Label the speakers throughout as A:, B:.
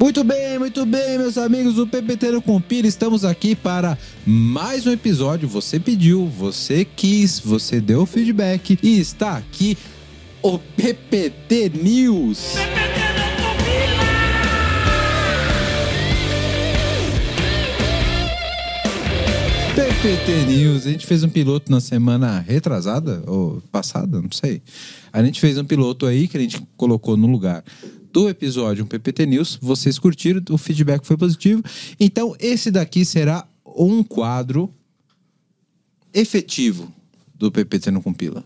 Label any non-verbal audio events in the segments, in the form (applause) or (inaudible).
A: Muito bem, muito bem, meus amigos do PPTero com Pira, estamos aqui para mais um episódio. Você pediu, você quis, você deu o feedback e está aqui o PPT News. PPT News, a gente fez um piloto na semana retrasada ou passada, não sei. A gente fez um piloto aí que a gente colocou no lugar do episódio um PPT News. Vocês curtiram, o feedback foi positivo. Então, esse daqui será um quadro efetivo do PPT não compila.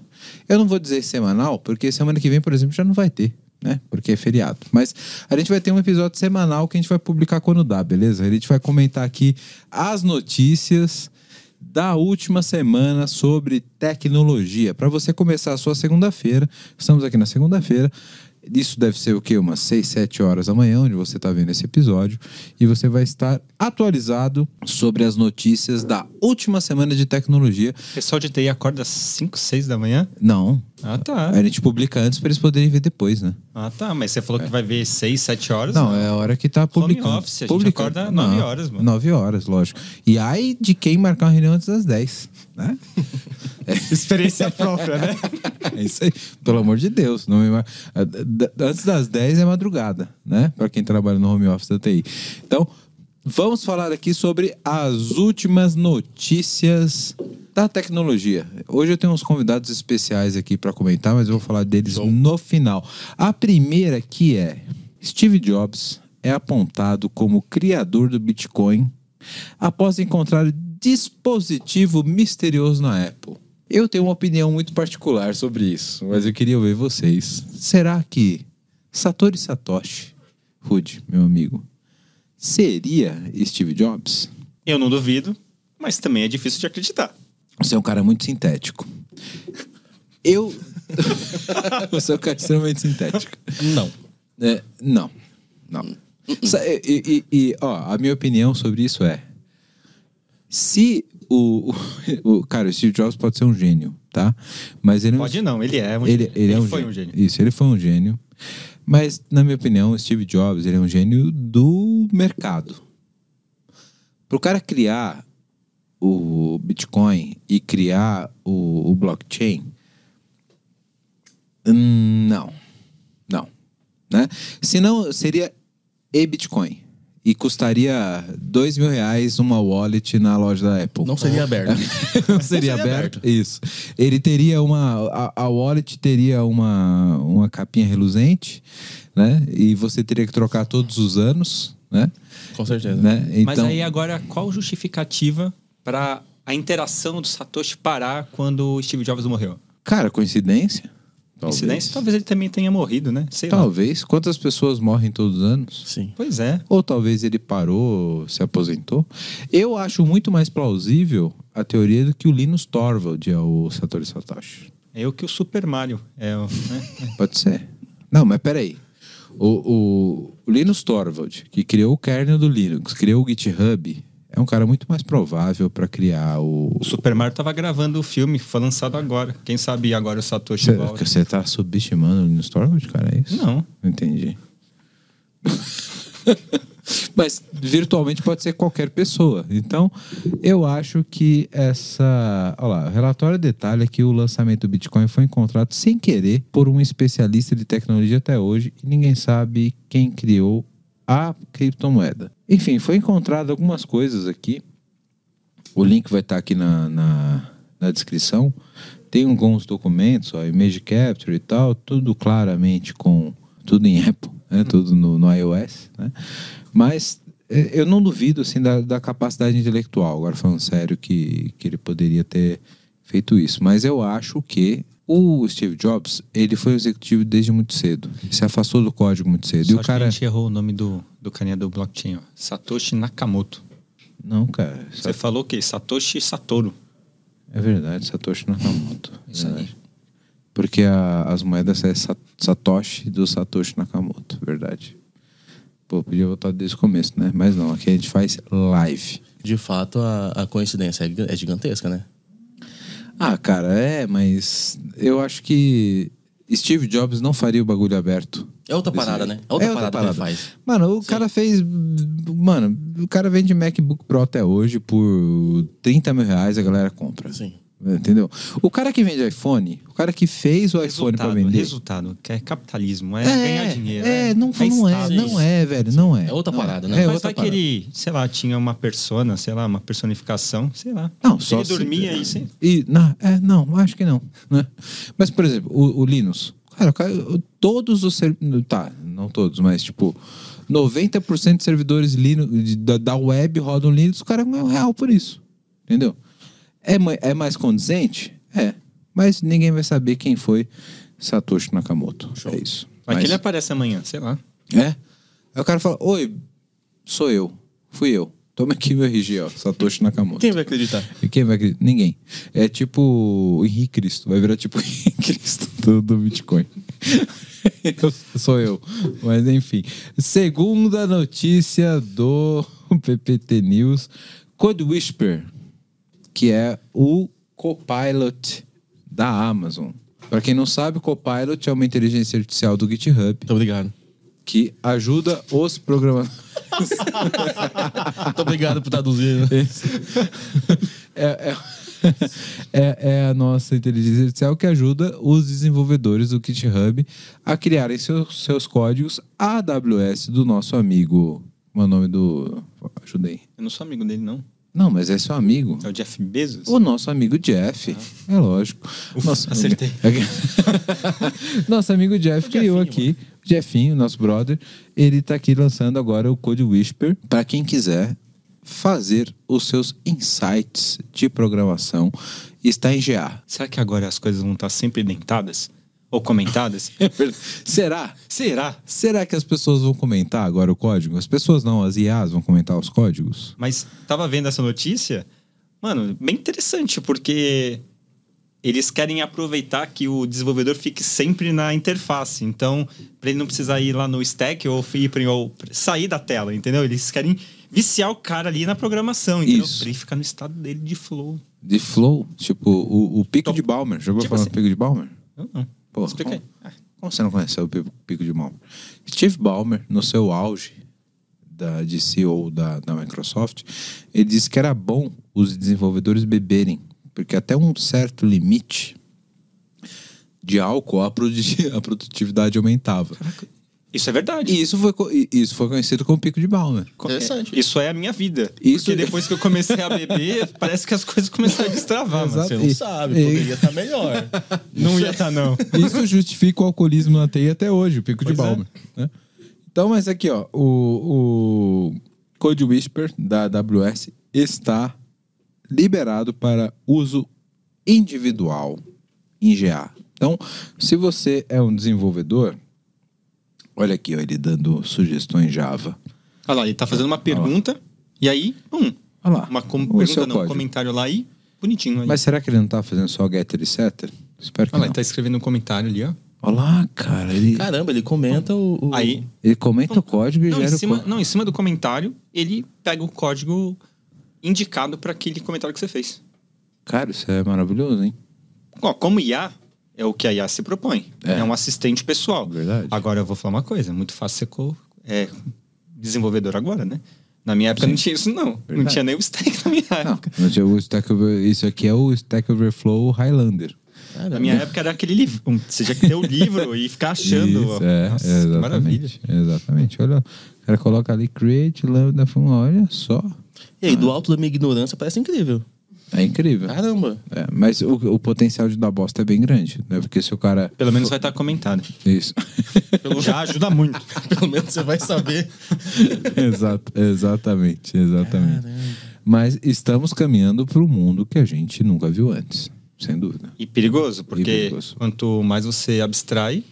A: Eu não vou dizer semanal, porque semana que vem, por exemplo, já não vai ter, né? Porque é feriado. Mas a gente vai ter um episódio semanal que a gente vai publicar quando dá, beleza? A gente vai comentar aqui as notícias da última semana sobre tecnologia. Para você começar a sua segunda-feira, estamos aqui na segunda-feira. Isso deve ser o quê? Umas 6, 7 horas da manhã, onde você está vendo esse episódio. E você vai estar atualizado sobre as notícias da última semana de tecnologia.
B: O pessoal de TI acorda às 5, 6 da manhã?
A: Não,
B: Ah, tá.
A: a gente publica antes para eles poderem ver depois, né?
B: Ah, tá. Mas você falou que vai ver 6, 7 horas?
A: Não, é a hora que tá publicando.
B: office, a gente
A: publicando.
B: acorda nove
A: Não,
B: horas, mano.
A: nove horas, lógico. E aí de quem marcar uma reunião antes das 10, né? (laughs)
B: Experiência própria, né?
A: É isso aí. Pelo amor de Deus. Não me mar- Ah, d- d- Antes das 10 é madrugada, né? Para quem trabalha no home office da TI. Então, vamos falar aqui sobre as últimas notícias da tecnologia. Hoje eu tenho uns convidados especiais aqui para comentar, mas eu vou falar deles no final. A primeira que é Steve Jobs é apontado como criador do Bitcoin após encontrar dispositivo misterioso na Apple. Eu tenho uma opinião muito particular sobre isso, mas eu queria ouvir vocês. Será que Satoru Satoshi, Rude, meu amigo, seria Steve Jobs?
B: Eu não duvido, mas também é difícil de acreditar.
A: Você é um cara muito sintético. Eu. Você é um cara extremamente sintético.
B: Não.
A: É, não, não. Sa- e, e- e, ó, a minha opinião sobre isso é: se o, o, (laughs) o- Cara, o Steve Jobs pode ser um gênio, tá? Mas ele não-
B: Pode não, ele é um
A: ele,
B: gênio.
A: ele é um
B: foi
A: gênio.
B: um gênio.
A: Isso, ele foi um gênio. Mas, na minha opinião, o Steve Jobs ele é um gênio do mercado. Para o cara criar o Bitcoin e criar o, o blockchain, hum, não. Não. Né? Senão, seria e-Bitcoin. E custaria dois mil reais uma wallet na loja da Apple. (laughs)
C: Não seria aberto.
A: Não seria aberto. Isso. Ele teria uma. A, a wallet teria uma, uma capinha reluzente, né? E você teria que trocar todos os anos, né?
C: Com certeza.
A: Né?
B: Mas
A: Então,
B: aí é- agora, qual justificativa para a interação do Satoshi parar quando o Steve Jobs morreu?
A: cara, coincidência? Talvez.
B: Incidência? Talvez ele também tenha morrido, né? Sei lá.
A: Talvez. Quantas pessoas morrem todos os anos?
C: Sim.
B: Pois é.
A: Ou talvez ele parou, se aposentou. Eu acho muito mais plausível a teoria do que o Linus Torvald é o Satoru Satoshi.
B: É o que o Super Mario é, o- né?
A: Pode ser. Não, mas peraí. O, o Linus Torvald, que criou o kernel do Linux, criou o GitHub, é um cara muito mais provável para criar o.
B: O Super Mario tava gravando o filme, foi lançado agora. Quem sabe agora o Satoshi volta.
A: Você tá subestimando o Linus Torvald, cara? É isso?
B: Não.
A: Entendi. (laughs) Mas virtualmente pode ser qualquer pessoa. Então, eu acho que essa. Olha lá, o relatório detalha que o lançamento do Bitcoin foi encontrado sem querer por um especialista de tecnologia até hoje e ninguém sabe quem criou a criptomoeda. Enfim, foi encontrado algumas coisas aqui. O link vai estar aqui na, na, na descrição. Tem alguns documentos, ó, image capture e tal, tudo claramente com. Tudo em Apple, né? tudo no, no iOS. Né? Mas eh, eu não duvido assim, da, da capacidade intelectual, agora falando sério, que, que ele poderia ter feito isso. Mas eu acho que o Steve Jobs ele foi um executivo desde muito cedo. Se afastou do código muito cedo.
B: Só
A: e o
B: acho
A: cara.
B: que a gente errou o nome do, do carinha do blockchain, ó. Satoshi Nakamoto.
A: Não, cara.
B: Você falou o quê? Satoshi Satoru.
A: É verdade, Satoshi Nakamoto.
B: Isso aí.
A: Verdade. Porque a- as moedas é Sa- Satoshi do Satoshi Nakamoto, é verdade. Pô, podia voltar desde o começo, né? Mas não, aqui a gente faz live.
C: De fato, a, a coincidência é giga- é gigantesca, né?
A: Ah, cara, é, mas eu acho que Steve Jobs não faria o bagulho aberto.
C: É outra parada, né? É outra,
A: É outra
C: parada, que ele faz.
A: Mano, o cara fez. Mano, o cara vende MacBook Pro até hoje por 30 mil reais, a galera compra.
C: Sim.
A: Entendeu? O cara que vende iPhone, o cara que fez o iPhone pra
B: Resultado,
A: vender.
B: resultado, que é capitalismo, é, ganhar dinheiro.
A: É, não, não é,
B: status.
A: não é, velho, não é.
C: É outra
A: Não
C: parada, né?
A: É
B: Mas
A: outra
B: vai que
A: parada.
B: ele, sei lá, tinha uma persona, sei lá, uma personificação, sei lá.
A: Não, só
B: ele
A: se- é.
B: dormia e sim.
A: E, não, é, não, acho que não. Né? Mas, por exemplo, o, o Linus. Cara, o cara- o- todos os servidores. Tá, não todos, mas tipo, 90% de servidores Linux, de- da, da web rodam Linux, o cara ganha um real por isso. Entendeu? É, mai- é mais condizente? É. Mas ninguém vai saber quem foi Satoshi Nakamoto.
C: Show.
A: É isso.
B: Vai que
A: Mas-
B: ele aparece amanhã, sei lá.
A: é? Aí o cara fala: Oi, sou eu. Fui eu. Toma aqui meu RG, ó. Satoshi Nakamoto.
C: Quem vai acreditar?
A: E quem vai acreditar? Ninguém. É tipo o Henrique Cristo. Vai virar tipo (laughs) o Henrique Cristo do, do Bitcoin. (laughs) Eu- sou eu. Mas enfim. Segunda notícia do (laughs) PPT News: Code Whisper, que é o Copilot da Amazon. Para quem não sabe, Copilot é uma inteligência artificial do GitHub
C: Muito obrigado.
A: que ajuda os programadores.
C: Ah, Muito obrigado por traduzir. né? (laughs)
A: (laughs) é, é- é- é a nossa inteligência artificial que ajuda os desenvolvedores do GitHub a criarem seus, seus códigos AWS do nosso amigo. Como é o nome do. Ajudei.
B: Eu não sou amigo dele, não.
A: Não, mas é seu amigo.
B: É o Jeff Bezos.
A: O nosso amigo Jeff. É lógico. nosso
B: Ah. acertei.
A: Amigo... (laughs) nosso amigo Jeff criou aqui. Jeffinho, nosso brother. Ele tá aqui lançando agora o Code Whisper. Para quem quiser fazer os seus insights de programação, está em GA.
B: Será que agora as coisas vão estar sempre dentadas? Ou comentadas?
A: Será?
B: É Será?
A: Será que as pessoas vão comentar agora o código? As pessoas não, as IAs vão comentar os códigos?
B: Mas tava vendo essa notícia, mano, bem interessante, porque eles querem aproveitar que o desenvolvedor fique sempre na interface. Então, para ele não precisar ir lá no stack ou ir pra- ou sair da tela, entendeu? Eles querem viciar o cara ali na programação, entendeu?
A: Isso.
B: Pra ele ficar no estado dele de flow.
A: De flow? Tipo, o, o Pico
B: Top.
A: de Balmer. Já ouviu
B: Tipo
A: falar
B: assim.
A: do Pico de Balmer?
B: Não, não.
A: Pô,
B: Explica aí. Ah,
A: como- Como você não conheceu o Pi- Pico de Balmer? Steve Ballmer, no seu auge da, de CEO da, da Microsoft, ele disse que era bom os desenvolvedores beberem, porque até um certo limite de álcool a, produ- (laughs) a produtividade aumentava.
B: Isso é verdade.
A: E isso foi, co- e isso foi conhecido como Pico de né? Balmer.
C: Interessante.
B: É, Isso é a minha vida.
A: Isso-
B: Porque depois que eu comecei a (laughs) beber, parece que as coisas começaram a destravar, mano.
A: Exato.
C: Você não
A: E-
C: sabe,
A: e-
C: poderia estar melhor.
B: Não ia estar, não.
A: Isso justifica o alcoolismo na TI até hoje, o pico
B: Pois é.
A: de Balmer. né? Então, mas aqui, ó, o, o Code Whisper da AWS está liberado para uso individual em GA. Então, se você é um desenvolvedor, olha aqui, ó, ele dando sugestões Java.
B: Olha lá, ele tá fazendo uma pergunta, e aí, pum,
A: Olha lá.
B: uma com-
A: é o
B: pergunta
A: seu
B: não, um
A: código.
B: comentário lá e bonitinho. Aí.
A: Mas será que ele não está fazendo só getter e setter? Espero que
B: Olha
A: não.
B: lá, ele tá escrevendo um comentário ali, ó.
A: Olha lá, cara, ele,
C: Caramba, ele comenta o. o-
B: Aí,
A: ele comenta o código e
B: não, em
A: gera o
B: cima,
A: código.
B: não, em cima do comentário, ele pega o código indicado para aquele comentário que você fez.
A: Cara, isso é maravilhoso, hein?
B: Ó, como IA, é o que a IA se propõe.
A: É.
B: É, um assistente pessoal.
A: Verdade.
B: Agora eu vou falar uma coisa, é muito fácil ser co- é, desenvolvedor agora, né? Na minha época não tinha isso, não. Não
A: Verdade.
B: tinha nem o stack na minha época.
A: Não, mas eu- o Stack Over- isso aqui é o Stack Overflow Highlander.
B: Na
C: Caramba.
B: minha época era aquele livro. um- Você tinha que ter o livro e ficar achando.
A: Isso,
B: ó.
A: é,
B: Nossa, que
A: exatamente,
B: maravilha.
A: Exatamente. Olha, o cara coloca ali Create Lambda Function, olha só.
C: E aí, do alto da minha ignorância, parece incrível.
A: É incrível.
B: Ah.
C: Caramba.
A: É, mas o, o potencial de dar bosta é bem grande, né? Porque se o cara...
B: Pelo menos vai estar comentado.
A: Isso. (laughs)
B: Já ajuda (laughs) muito.
C: Pelo menos
B: é
C: (laughs) você vai saber.
A: Exato, exatamente, exatamente. Mas estamos caminhando para um mundo que a gente nunca viu antes, sem dúvida.
B: E perigoso, porque
A: perigoso.
B: quanto mais você abstrai,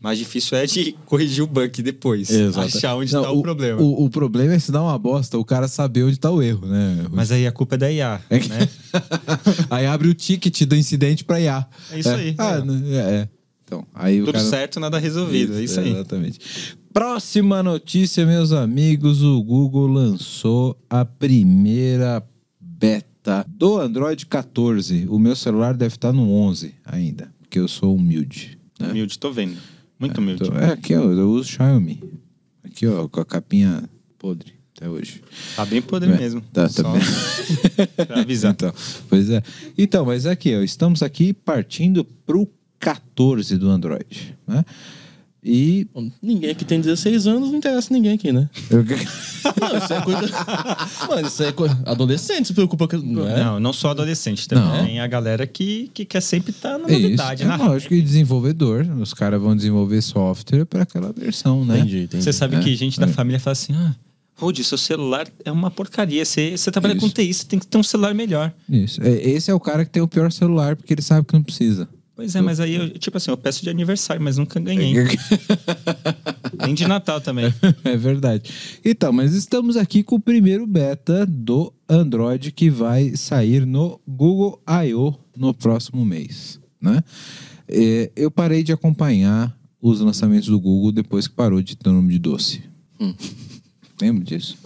B: mais difícil é de (laughs) corrigir o bug depois. Achar onde
A: Não,
B: está o, problema.
A: O, o problema é se dá uma bosta, o cara saber onde está o erro, né?
B: Mas aí a culpa é da IA.
A: (laughs) É que-
B: Né?
A: (laughs) aí abre o ticket do incidente pra IA.
B: É isso aí.
A: Ah,
B: É.
A: n- é. é. Então, aí o
B: Tudo
A: cara...
B: certo, nada resolvido. é isso aí.
A: Exatamente. Próxima notícia, meus amigos. O Google lançou a primeira beta tá do Android 14. O meu celular deve estar no 11 ainda, porque eu sou humilde. né?
B: Humilde, Humilde, tô vendo. Muito humilde.
A: Então, é, aqui ó, eu uso Xiaomi. Aqui, ó, com a capinha podre até hoje.
B: Tá bem podre
A: É,
B: mesmo.
A: tá, tá
B: Só (laughs) pra avisar.
A: Então, pois é. Então, mas aqui, ó, estamos aqui partindo pro 14 do Android, né? E
C: Bom, Ninguém aqui tem 16 anos, não interessa ninguém aqui, né? (laughs) Não, isso é coisa. (laughs) Mano, isso é coisa. Adolescente se preocupa com. Não, é?
B: Não, não só adolescente também.
A: Não.
B: Tem a galera que, que quer sempre estar na
A: é isso.
B: novidade, né?
A: É
B: na hype.
A: lógico que desenvolvedor, os caras vão desenvolver software para aquela versão, né?
C: Entendi, entendi.
B: Você sabe
A: É,
B: que gente da família fala assim: ah, Rod, seu celular é uma porcaria. Você, você trabalha com
A: Isso.
B: TI, você tem que ter um celular melhor.
A: Isso. É, Esse é o cara que tem o pior celular porque ele sabe que não precisa.
B: Pois é, mas aí, eu, tipo assim, eu peço de aniversário, mas nunca ganhei.
A: (laughs)
B: Nem de Natal
C: (laughs)
B: também.
A: É verdade. Então, mas estamos aqui com o primeiro beta do Android que vai sair no Google I.O. no próximo mês, né? É, eu parei de acompanhar os lançamentos do Google depois que parou de ter o nome de doce.
C: Hum.
A: (laughs) Lembro disso.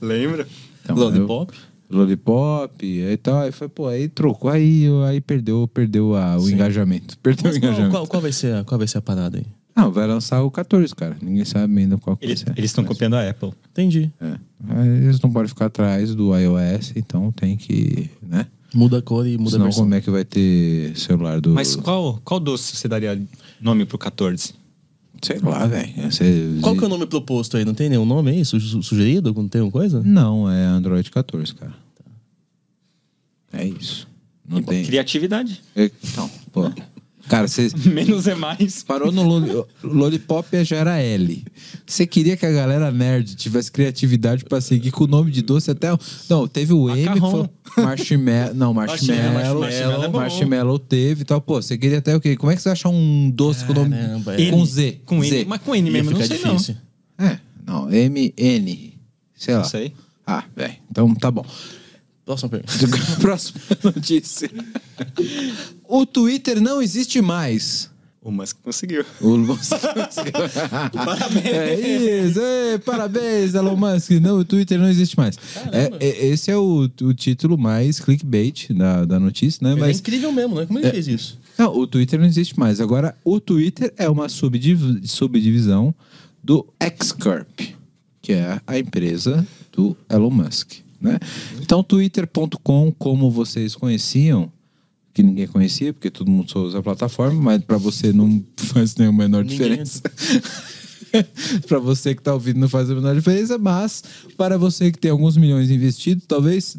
B: Lembra?
A: Então,
C: Lollipop?
A: eu- Lollipop e tal. Aí foi, pô, aí trocou, aí, aí perdeu, perdeu a- o engajamento. Perdeu
C: Mas
A: o
C: qual,
A: engajamento.
C: qual, qual vai ser a, qual vai ser a parada aí?
A: Não, vai lançar o 14, cara. Ninguém sabe ainda qual que
B: Eles
A: vai ser.
B: estão copiando a Apple.
C: Entendi.
A: É. Aí Eles não podem ficar atrás do iOS, então tem que, né?
C: Muda a cor e muda a
A: Senão
C: versão.
A: como é que vai ter celular do...
B: Mas qual, qual doce você daria nome pro 14?
A: Sei lá, velho. Você-
C: Qual que é o nome proposto aí? Não tem nenhum nome aí? Su- su- sugerido? Não tem alguma coisa?
A: Não, é Android 14, cara.
C: Tá.
A: É isso. Não
C: Tipo,
A: tem...
B: Criatividade. (laughs)
A: É, Então,
C: (laughs)
A: pô... Cara, você
B: Menos é mais.
A: parou no loli- Lollipop já era L. Você queria que a galera nerd tivesse criatividade pra seguir com o nome de doce até... o- Não, teve o M, que
B: Macarrão.
A: foi marshmallow... Não,
B: Marshmallow,
A: marshmallow.
B: marshmallow é bom.
A: Marshmallow teve e tal. Pô, você queria até o quê? Como é que você acha um doce com o nome...
C: Caramba, é.
A: Com Z.
B: Com
A: Z.
B: N. Mas com N
C: Ia
B: mesmo, não
C: ficar
B: sei
C: difícil.
A: É, não, M, N. Sei lá.
B: não. Isso aí.
A: Ah, velho. Então tá bom.
C: Próxima pergunta.
A: (laughs) Próxima notícia. O Twitter não existe mais.
B: O Musk conseguiu.
A: O parabéns! É isso, Ei, parabéns, Elon Musk. Não, o Twitter não existe mais. É, é, esse é o, o título mais clickbait da, da notícia, né?
C: Mas... É
A: Mas
C: incrível mesmo, né? Como ele fez isso?
A: Não, o Twitter não existe mais. Agora, o Twitter é uma subdiv- subdivisão do X-Corp, que é a empresa do Elon Musk. Né? Então, twitter.com, como vocês conheciam, que ninguém conhecia, porque todo mundo só usa a plataforma, mas para você não (laughs) faz nenhuma menor
C: Ninguém.
A: diferença. (laughs) para você que tá ouvindo não faz a menor diferença, mas para você que tem alguns milhões investidos, talvez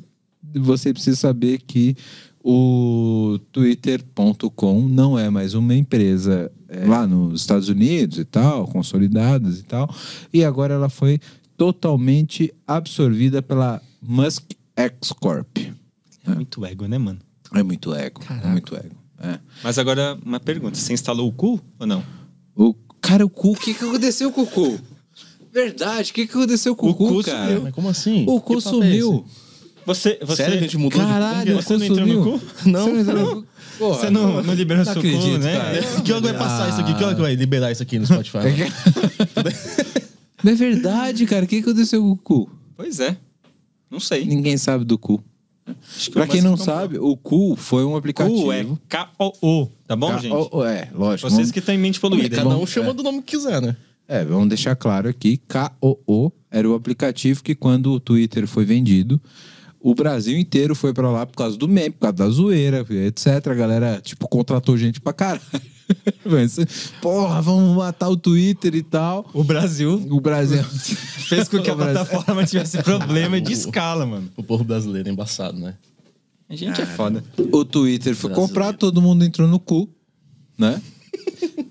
A: você precise saber que o twitter.com não é mais uma empresa é, lá nos Estados Unidos e tal, consolidadas e tal, e agora ela foi totalmente absorvida pela Musk X Corp.
B: É muito ego, né, mano?
A: É muito ego, é muito ego. é.
B: Mas agora, uma pergunta. Você instalou o cu ou não?
A: O cara, o cu, o que, que aconteceu com o cu? Verdade, o que, que aconteceu com o,
B: O
A: cu,
B: cu
A: cara?
B: sumiu.
C: Mas como assim?
A: O cu
C: Que papo é
A: sumiu.
B: Você, você...
C: Sério que a gente mudou de-
A: Caralho,
B: Você não entrou no
A: cu? Não. Você não, entrou no cu? Porra,
B: Você não, não liberou
A: não
B: seu cu,
A: acredito,
B: né?
A: cara.
C: esse? Que hora que vai passar isso aqui? Que hora que vai liberar isso aqui no Spotify?
A: é Não é verdade, cara. O que aconteceu com o cu?
B: Pois é. Não sei.
A: Ninguém sabe do cu. Pra quem não sabe, o cu foi um aplicativo.
B: Cu é K-O-O, tá bom,
A: Tá,
B: gente?
A: ó, ó, é, lógico.
B: Vocês
A: vamos-
B: que estão em mente
C: É,
B: poluída.
C: Cada um
A: Bom,
C: chama do nome que quiser, né?
A: É, vamos deixar claro aqui, KOO era o aplicativo que quando o Twitter foi vendido, o Brasil inteiro foi pra lá por causa do meme, por causa da zoeira, etc. A galera, tipo, contratou gente pra caralho. (laughs) Mas, Porra, vamos matar o Twitter e tal.
B: O Brasil
A: O Brasil...
B: fez com que
A: (laughs)
B: a
A: O Brasil-
B: plataforma (laughs) tivesse problema de escala, mano.
C: O povo brasileiro é embaçado, né?
B: A gente é foda.
A: O Twitter foi
C: Brasileiro.
A: comprado, todo mundo entrou no cu,
C: (laughs)
A: né?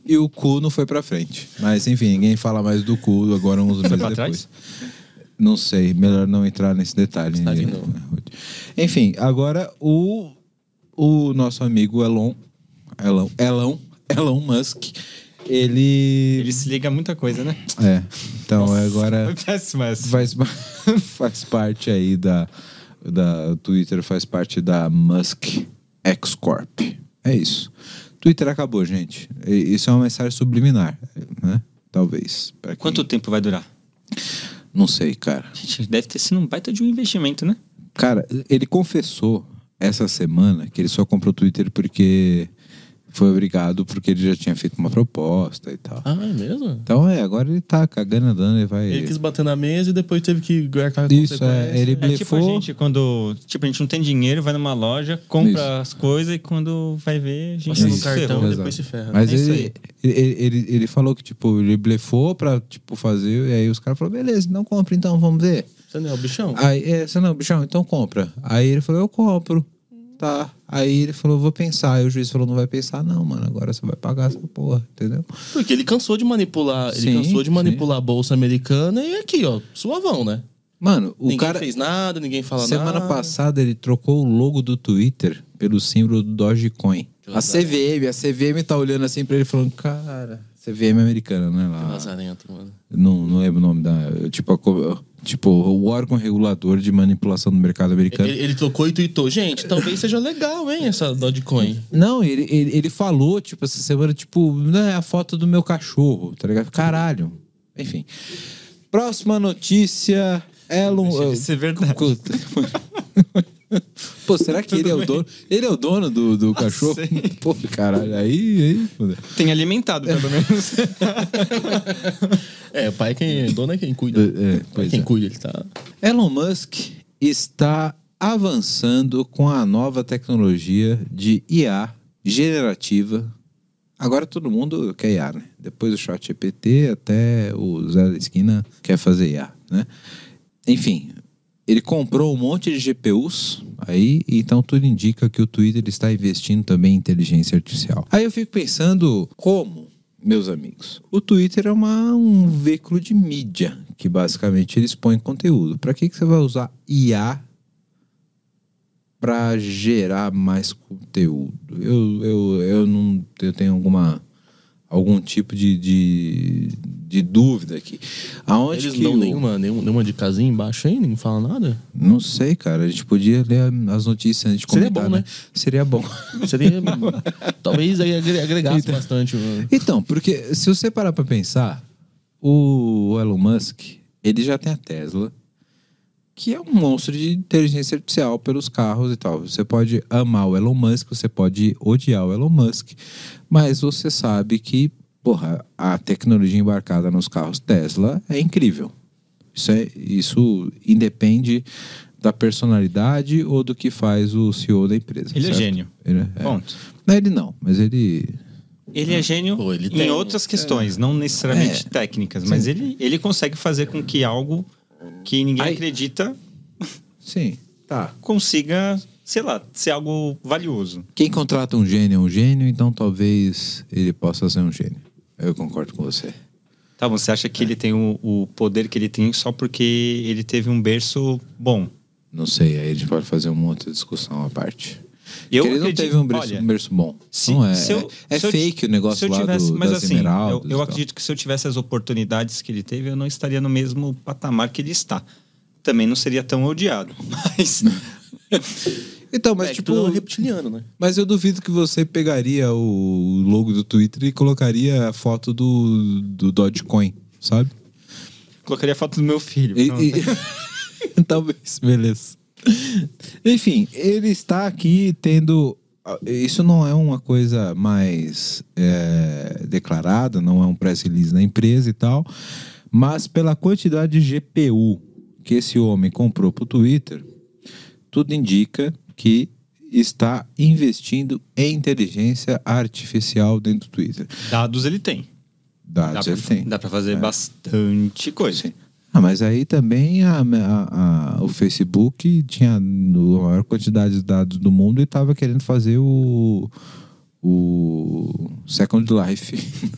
A: e o cu não foi pra frente. Mas enfim, ninguém fala mais do cu agora uns meses
B: pra
A: depois.
B: trás?
A: Não sei, melhor não entrar nesse detalhe.
C: Está de
A: né?
C: novo.
A: Enfim, agora o, o nosso amigo Elon, Elon, Elon, Elon Musk, ele...
B: Ele se liga a muita coisa, né?
A: É, então agora
B: Foi péssimo essa.
A: faz, pa- (laughs) faz parte aí da, da o Twitter, faz parte da Musk X Corp. É isso. Twitter acabou, gente. E- Isso é uma mensagem subliminar, né? Talvez. Pra quem-
B: Quanto tempo vai durar?
A: Não sei, cara.
B: Gente, deve ter sido um baita de um investimento, né?
A: Cara, ele confessou essa semana que ele só comprou o Twitter porque foi obrigado porque ele já tinha feito uma proposta e tal.
C: Ah, é mesmo?
A: Então é, agora ele tá cagando andando e vai.
C: Ele quis bater na mesa e depois teve que guardar
A: É. Isso,
C: consequência.
A: é, ele
B: É tipo a
A: blefou.
B: gente quando. Tipo, a gente não tem dinheiro, vai numa loja, compra
A: Isso.
B: as coisas e quando vai ver, a gente
C: Passa
B: não
C: no
A: Isso,
C: cartão
B: ferrou.
C: e depois se ferra.
A: Mas
B: É isso
A: ele, ele, ele, ele falou que, tipo, ele blefou pra, tipo, fazer. E aí os caras falaram, beleza, não compra então, vamos ver.
C: Você não é o bichão?
A: Aí, é, você não, bichão, então compra. Aí ele falou, eu compro. Tá. Aí ele falou, vou pensar. Aí o juiz falou, não vai pensar, não, mano. Agora você vai pagar essa porra, entendeu?
C: Porque ele cansou de manipular. Ele
A: Sim,
C: cansou de
A: sim.
C: manipular a bolsa americana e aqui, ó, suavão, né?
A: Mano, o
C: ninguém
A: cara.
C: fez nada, ninguém fala
A: Semana
C: nada.
A: passada ele trocou o logo do Twitter pelo símbolo do Dogecoin. A CVM, a CVM tá olhando assim pra ele falando, cara, CVM americana, né? Lá.
C: Lazarento, mano.
A: Não, não lembro o nome da. Tipo, a co- tipo, o órgão regulador de manipulação do mercado americano.
C: Ele, ele tocou e tweetou. Gente, talvez seja legal, hein, essa Dogecoin.
A: Não, ele, ele, ele falou, tipo, essa semana, tipo, né, a foto do meu cachorro, tá ligado? Caralho. Enfim. Próxima notícia. Elon. oh,
B: Deixa de ser verdade.
A: Puta. Pô, será que ele é o dono? Ele é o dono do, do cachorro?
B: sei.
A: Pô, caralho, aí, aí. fudeu.
B: Tem alimentado, tá? pelo menos.
C: É, o pai é quem dono é quem cuida.
A: É, é, pois
C: quem
A: é.
C: cuida, ele tá.
A: Elon Musk está avançando com a nova tecnologia de IA generativa. Agora todo mundo quer IA, né? Depois do chat GPT até o Zé da Esquina quer fazer IA, né? Enfim, ele comprou um monte de GPUs aí, então tudo indica que o Twitter está investindo também em inteligência artificial. Aí eu fico pensando como, meus amigos. O Twitter é uma, um veículo de mídia que basicamente ele expõe conteúdo. Para que, que você vai usar IA para gerar mais conteúdo? Eu, eu, eu não eu tenho alguma algum tipo de, de, de dúvida aqui. Aonde
C: Eles
A: que
C: não dão
A: o-
C: nenhuma, nenhum- nenhuma de casinha embaixo aí, não fala nada.
A: não sei, cara. A gente podia ler as notícias antes de
C: Seria
A: comentar,
C: bom,
A: né?
C: né?
A: Seria bom.
C: Seria. (laughs) talvez aí agre- agregasse bastante, mano.
A: Então, porque se você parar pra pensar, o Elon Musk, ele já tem a Tesla, que é um monstro de inteligência artificial pelos carros e tal. Você pode amar o Elon Musk, você pode odiar o Elon Musk, mas você sabe que, porra, a tecnologia embarcada nos carros Tesla é incrível. Isso, é, isso independe da personalidade ou do que faz o CEO da empresa.
B: Ele é
A: certo?
B: gênio.
A: Ele é,
B: Ponto.
A: Não, ele não, mas ele
B: Ele é gênio
C: Pô, ele
B: em
C: tem-
B: outras questões, não necessariamente técnicas, mas ele, ele consegue fazer com que algo que ninguém
A: Ai.
B: acredita
A: Sim. Tá.
B: consiga, sei lá, ser algo valioso.
A: Quem contrata um gênio é um gênio, então talvez ele possa ser um gênio. Eu concordo com você.
B: Tá bom, você acha que ele
A: É.
B: tem o, o poder que ele tem só porque ele teve um berço bom.
A: Não sei, aí a gente pode fazer uma outra discussão à parte.
B: Eu
A: Porque ele não
B: acredito-
A: teve um berço,
B: olha,
A: um berço bom.
B: Se-
A: não é.
B: se eu-
A: é
B: se eu-
A: fake o negócio
B: se eu
A: lá
B: tivesse-
A: do,
B: mas
A: das
B: assim, eu,
A: esmeraldas.
B: eu
A: e tal.
B: acredito que se eu tivesse as oportunidades que ele teve, eu não estaria no mesmo patamar que ele está. Também não seria tão odiado. (laughs) Mas
A: Então, mas
C: Mas, é, tipo,
A: tipo,
C: tu é um reptiliano, né?
A: mas eu duvido que você pegaria o logo do Twitter e colocaria a foto do, do Dogecoin, sabe?
B: colocaria a foto do meu filho. né?
A: E-
B: pronto.
A: e- (laughs) Talvez, beleza. Enfim, ele está aqui tendo. Isso não é uma coisa mais é, declarada, não é um press release da empresa e tal, mas pela quantidade de GPU que esse homem comprou para o Twitter, tudo indica que está investindo em inteligência artificial dentro do Twitter.
B: Dados ele tem. Dá
A: Dados
B: pra,
A: ele tem. É.
B: dá pra fazer bastante coisa.
A: Sim. Ah, mas aí também a- a- a- o Facebook tinha no- a maior quantidade de dados do mundo e estava querendo fazer o, o Second Life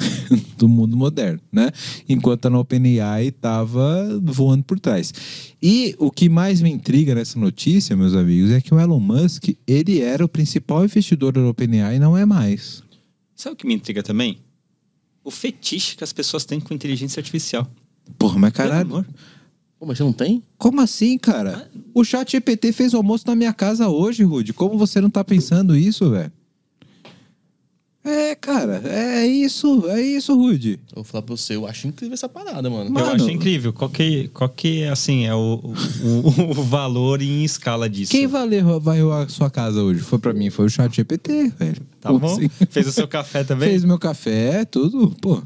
A: (laughs) do mundo moderno, né? Enquanto a OpenAI estava voando por trás. E o que mais me intriga nessa notícia, meus amigos, é que o Elon Musk, ele era o principal investidor da OpenAI e não é mais.
B: Sabe o que me intriga também? O fetiche que as pessoas têm com inteligência artificial.
A: Porra, mas caralho,
B: amor.
C: Pô, mas você não tem?
A: Como assim, cara?
B: Ah.
A: O chat GPT fez o almoço na minha casa hoje, Rude. Como você não tá pensando isso, velho? É, cara, é isso, é isso, Rude.
C: Eu vou falar pra você, eu acho incrível essa parada, mano.
A: Mano.
B: Eu acho incrível. Qual que, qual que assim, é o, o, o valor em escala disso?
A: Quem valeu, valeu a sua casa hoje? Foi pra mim, foi o chat GPT, velho.
B: Tá bom? Tá
A: Sim.
B: Fez o seu café também?
A: Fez meu café, tudo, pô.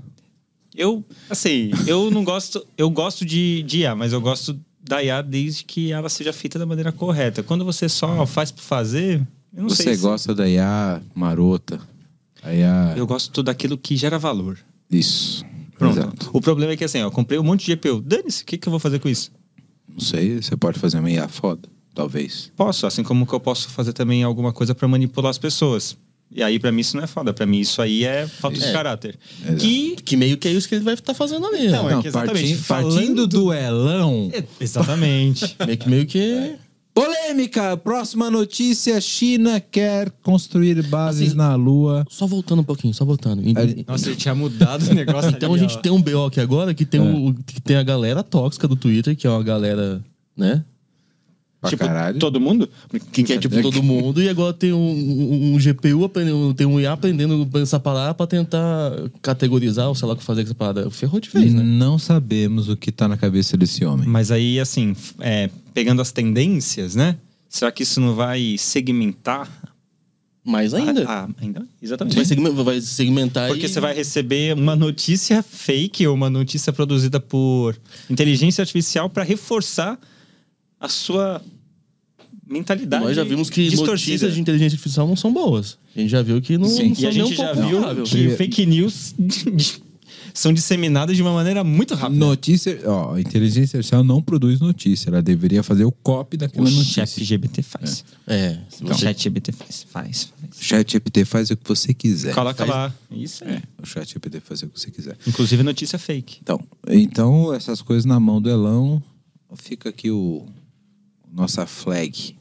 B: Eu, assim, eu não gosto. Eu gosto de, de IA, mas eu gosto da IA desde que ela seja feita da maneira correta. Quando você só faz por fazer, eu não
A: Você
B: sei. se-
A: gosta da IA marota. A IA...
B: Eu gosto tudo daquilo que gera valor.
A: Isso.
B: Pronto.
A: Exato.
B: O problema é que assim, ó, eu comprei um monte de GPU. Dane-se, o que, que eu vou fazer com isso?
A: Não sei, você pode fazer uma IA foda, talvez.
B: Posso, assim como que eu posso fazer também alguma coisa pra manipular as pessoas. E aí, pra mim, isso não é foda. Pra mim, isso aí é falta de
C: É.
B: caráter.
A: Exato.
B: Que.
C: Que meio que é isso que ele vai estar fazendo ali.
B: Então,
C: né?
B: é que exatamente,
A: parti-
B: falando-
A: partindo do elão...
C: É,
B: Exatamente.
C: Meio é que meio que.
A: Polêmica! Próxima notícia: China quer construir bases
C: Assim,
A: na Lua.
C: Só voltando um pouquinho, só voltando. E-
A: Aí-
B: (laughs) Nossa, ele tinha mudado o negócio.
C: Então a
B: ali,
C: gente
B: ó.
C: tem um BO aqui agora que tem, o, que tem a galera tóxica do Twitter, que é uma galera, né?
A: Pra
B: tipo,
A: caralho.
B: todo mundo?
C: Que, que é tipo todo mundo, e agora tem um, um- um GPU aprendendo, tem um IA aprendendo essa parada pra tentar categorizar, ou sei lá o que fazer com essa parada. Ferrou de vez,
B: Uhum.
C: né?
A: Não sabemos o que tá na cabeça desse homem.
B: Mas aí, assim, f- é, pegando as tendências, né? Será que isso não vai segmentar?
C: Mais ainda.
B: A, a- ainda? Exatamente.
C: vai, segmentar, vai segmentar
B: Ah, Porque
C: e-
B: você vai receber uma notícia fake ou uma notícia produzida por inteligência artificial para reforçar a sua mentalidade.
C: Nós já vimos que
B: distorcida.
C: notícias de inteligência artificial não são boas. A gente já viu que não,
A: Sim.
C: não
B: E
C: são
B: a
C: nem
B: gente
C: um
B: já
C: pouco
B: viu
C: confiáveis.
B: que fake news (laughs) são disseminadas de uma maneira muito rápida.
A: Notícia, ó, a inteligência artificial não produz notícia, ela deveria fazer o copy daquela
B: O
A: notícia.
B: chat GBT faz.
C: É. se
B: O
C: você-
B: chat GBT faz. Faz, faz.
A: O chat GPT faz o que você quiser.
B: Coloca
A: Faz-
B: lá. Isso aí.
A: É, o chat GPT faz o que você quiser.
B: Inclusive notícia fake.
A: Então, então essas coisas na mão do Elão, fica aqui o nossa flag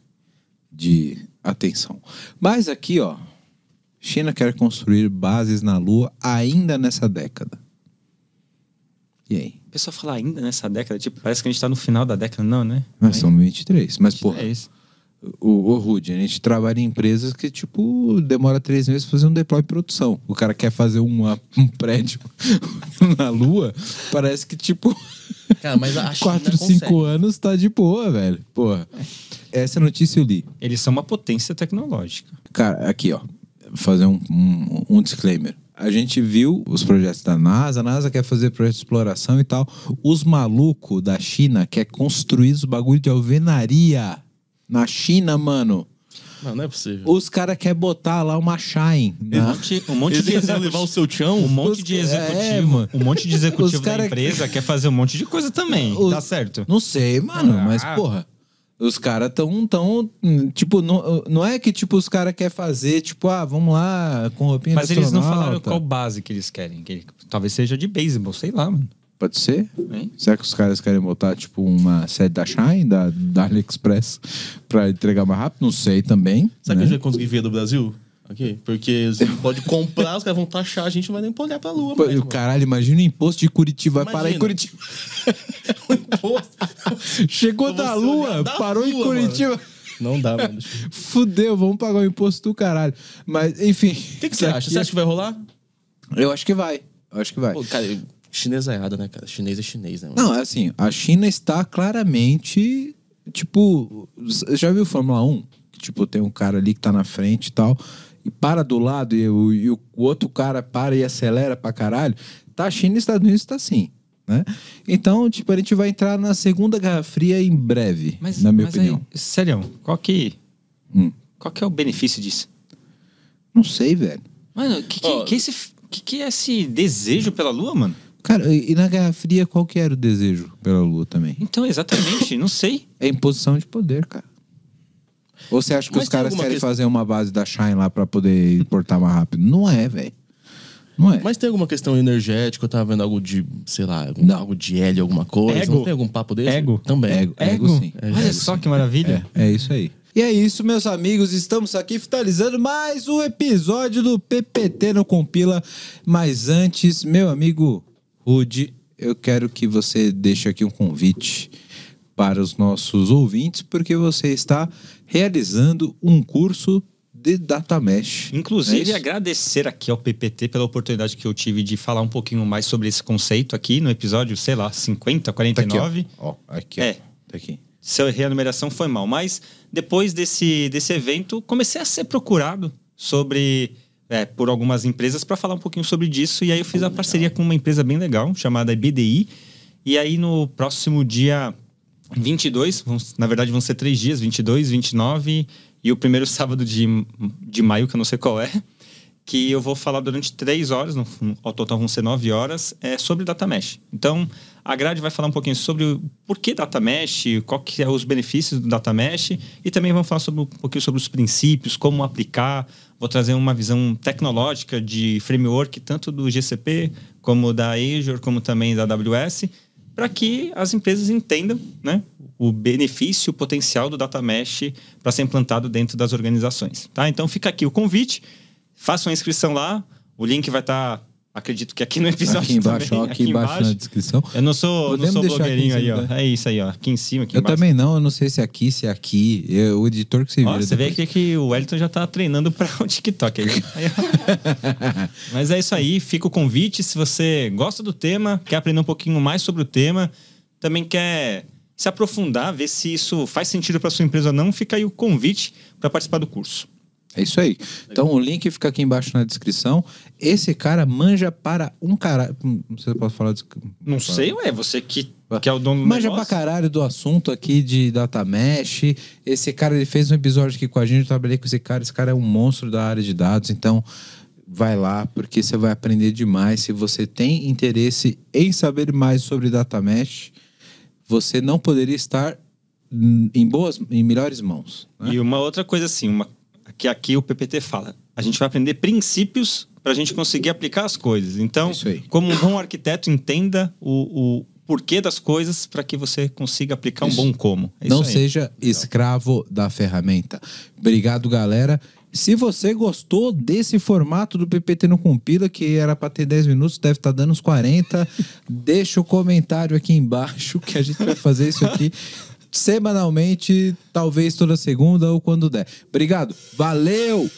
A: de atenção. Mas aqui, ó, China quer construir bases na Lua ainda nessa década. E aí?
B: O pessoal fala ainda nessa década, tipo, parece que a gente tá no final da década, não, né?
A: Nós somos 23, mas porra,
B: É isso.
A: o, o Rude, a gente trabalha em empresas que, tipo, demora três meses pra fazer um deploy em produção. O cara quer fazer uma- um prédio (laughs) na Lua, parece que, tipo, (laughs)
C: Cara, mas a China
A: 4,
C: consegue.
A: 5 anos tá de boa, velho. Porra. Essa notícia eu li.
B: Eles são uma potência tecnológica.
A: Cara, aqui, ó. Vou Fazer um, um, um disclaimer. A gente viu os projetos da NASA, a NASA quer fazer projeto de exploração e tal. Os malucos da China quer construir os bagulho de alvenaria na China, mano.
C: Não, não é possível.
A: Os caras querem botar lá uma Shine.
B: Um
A: né?
B: monte, um monte de
C: Eles iam
B: executivo,
C: levar o seu tchão?
B: um monte
A: Os-
B: de
A: é,
B: executivo,
A: mano.
B: um monte de
A: Os
B: executivo
A: cara-
B: da empresa quer fazer um monte de coisa também.
A: Os-
B: Tá certo.
A: Não sei, mano,
B: Ah.
A: mas porra. Os caras tão, tão. hum, Tipo, não, não é que tipo, os caras querem fazer, tipo, ah, vamos lá, com roupinha
B: Mas
A: de
B: eles não falaram
A: astronauta.
B: qual base que eles querem. que ele- talvez seja de beisebol, sei lá, mano.
A: Pode ser?
B: Hein?
A: Será que os caras querem botar, tipo, uma sede da Shine, da, da AliExpress, pra entregar mais rápido? Não sei também.
C: Sabe que a
A: né?
C: gente vai conseguir ver do Brasil? Aqui? Porque você pode comprar, os caras vão taxar, a gente não vai nem olhar pra lua.
A: Pô,
C: mais,
A: e o
C: mano.
A: Caralho, imagina o imposto de Curitiba. Vai
C: Imagina.
A: parar em Curitiba.
C: (laughs) O imposto.
A: Chegou
C: Pra
A: da
C: você
A: lua,
C: olhar da
A: parou em
C: lua, mano.
A: Curitiba.
C: Não dá, mano.
A: Fudeu, vamos pagar o imposto do caralho. Mas, enfim.
C: O que, que você acha? Você acha que vai rolar?
A: Eu acho que vai. Eu acho que vai.
C: Pô, cara, eu- chinês é errado, né, cara? Chinês é chinês, né? Mano?
A: Não, é assim, a China está claramente. Tipo, z- já viu Fórmula 1? Que, tipo, tem um cara ali que tá na frente e tal, e para do lado, e o, e o outro cara para e acelera pra caralho. Tá, a China e Estados Unidos tá assim, né? Então, tipo, a gente vai entrar na segunda Guerra Fria em breve, na minha opinião.
B: Aí, sério, qual que,
A: Hum.
B: qual que é o benefício disso?
A: Não sei, velho.
B: Mano, o que, que,
C: Ó.
B: que esse, f- que, que é esse desejo pela lua, mano?
A: Cara, e e na Guerra Fria, qual que era o desejo pela Lua também?
B: Então, exatamente, não sei.
A: É imposição de poder, cara. Ou você acha que
C: Mas
A: os
C: tem
A: caras
C: alguma
A: querem
C: questão-
A: fazer uma base da Shine lá pra poder importar mais rápido? Não é, velho. Não é.
C: Mas tem alguma questão energética? Eu tava vendo algo de, sei lá, algum-
A: Não.
C: algo de hélio, alguma coisa.
B: Ego.
C: Não tem algum papo desse?
B: Ego.
C: Também.
A: É Ego. sim.
B: Olha só que maravilha.
A: É, é isso aí. E é isso, meus amigos. Estamos aqui finalizando mais um episódio do PPT no Compila. Mas antes, meu amigo Rude, eu quero que você deixe aqui um convite para os nossos ouvintes, porque você está realizando um curso de data mesh. É
B: Inclusive,
A: isso?
B: agradecer aqui ao PPT pela oportunidade que eu tive de falar um pouquinho mais sobre esse conceito aqui no episódio, sei lá, 50,
A: Tá aqui, ó.
B: 49.
A: ó. aqui,
B: É.
A: ó. Tá aqui.
B: Sua remuneração foi mal. Mas depois desse, desse evento, comecei a ser procurado sobre é, por algumas empresas para falar um pouquinho sobre disso. E aí eu fiz a parceria com uma empresa bem legal, chamada BDI. E aí no próximo dia 22, vão- na verdade vão ser três dias, 22, 29 e o primeiro sábado de, de maio, que eu não sei qual é, que eu vou falar durante três horas, no, ao total vão ser nove horas, é, sobre Data Mesh. Então, a grade vai falar um pouquinho sobre o por que Data Mesh, qual que é os benefícios do Data Mesh, e também vamos falar sobre, um pouquinho sobre os princípios, como aplicar, vou trazer uma visão tecnológica de framework, tanto do GCP, como da Azure, como também da AWS, para que as empresas entendam né, o benefício, o potencial do data mesh para ser implantado dentro das organizações. Tá? Então fica aqui o convite, façam a inscrição lá, o link vai estar, acredito que aqui no episódio
A: Aqui embaixo,
B: também,
A: ó, aqui, embaixo, na descrição.
B: Eu não sou, não
A: Podemos
B: sou
A: deixar aqui
B: blogueirinho
A: em
B: aí,
A: cima, né?
B: ó. É isso aí, ó. Aqui em cima, aqui
A: Eu
B: embaixo.
A: também não, eu não sei se é aqui, se é aqui. Eu- o editor que você
B: Ó,
A: vira.
B: você vê
A: depois.
B: aqui que o Wellington já tá treinando para
A: (laughs)
B: o TikTok aí. Aí, ó. Mas é isso aí, fica o convite. Se você gosta do tema, quer aprender um pouquinho mais sobre o tema, também quer se aprofundar, ver se isso faz sentido para sua empresa ou não, fica aí o convite para participar do curso.
A: É isso aí. Então o link fica aqui embaixo na descrição. Esse cara manja para um caralho. Hum, Não sei se eu posso falar disso.
B: Não sei, ué, você que, que é o dono do
A: Manja pra
B: negócio.
A: caralho do assunto aqui de data mesh. Esse cara ele fez um episódio aqui com a gente, eu trabalhei com esse cara. Esse cara é um monstro da área de dados, então vai lá porque você vai aprender demais. Se você tem interesse em saber mais sobre data mesh, você não poderia estar hum, em boas, em melhores mãos. né?
B: E uma outra coisa assim, uma, que aqui o PPT fala, a gente vai aprender princípios para a gente conseguir aplicar as coisas. Então,
A: Isso aí.
B: como um bom arquiteto, entenda o, o porquê das coisas para que você consiga aplicar
A: Isso.
B: um bom como. É
A: Não
B: isso aí.
A: seja escravo da ferramenta. Obrigado, galera. Se você gostou desse formato do PPT não compila, que era para ter 10 minutos, deve estar dando uns
B: (laughs)
A: 40, deixa o comentário aqui embaixo que a gente vai fazer isso aqui semanalmente, talvez toda segunda ou quando der. Obrigado. Valeu.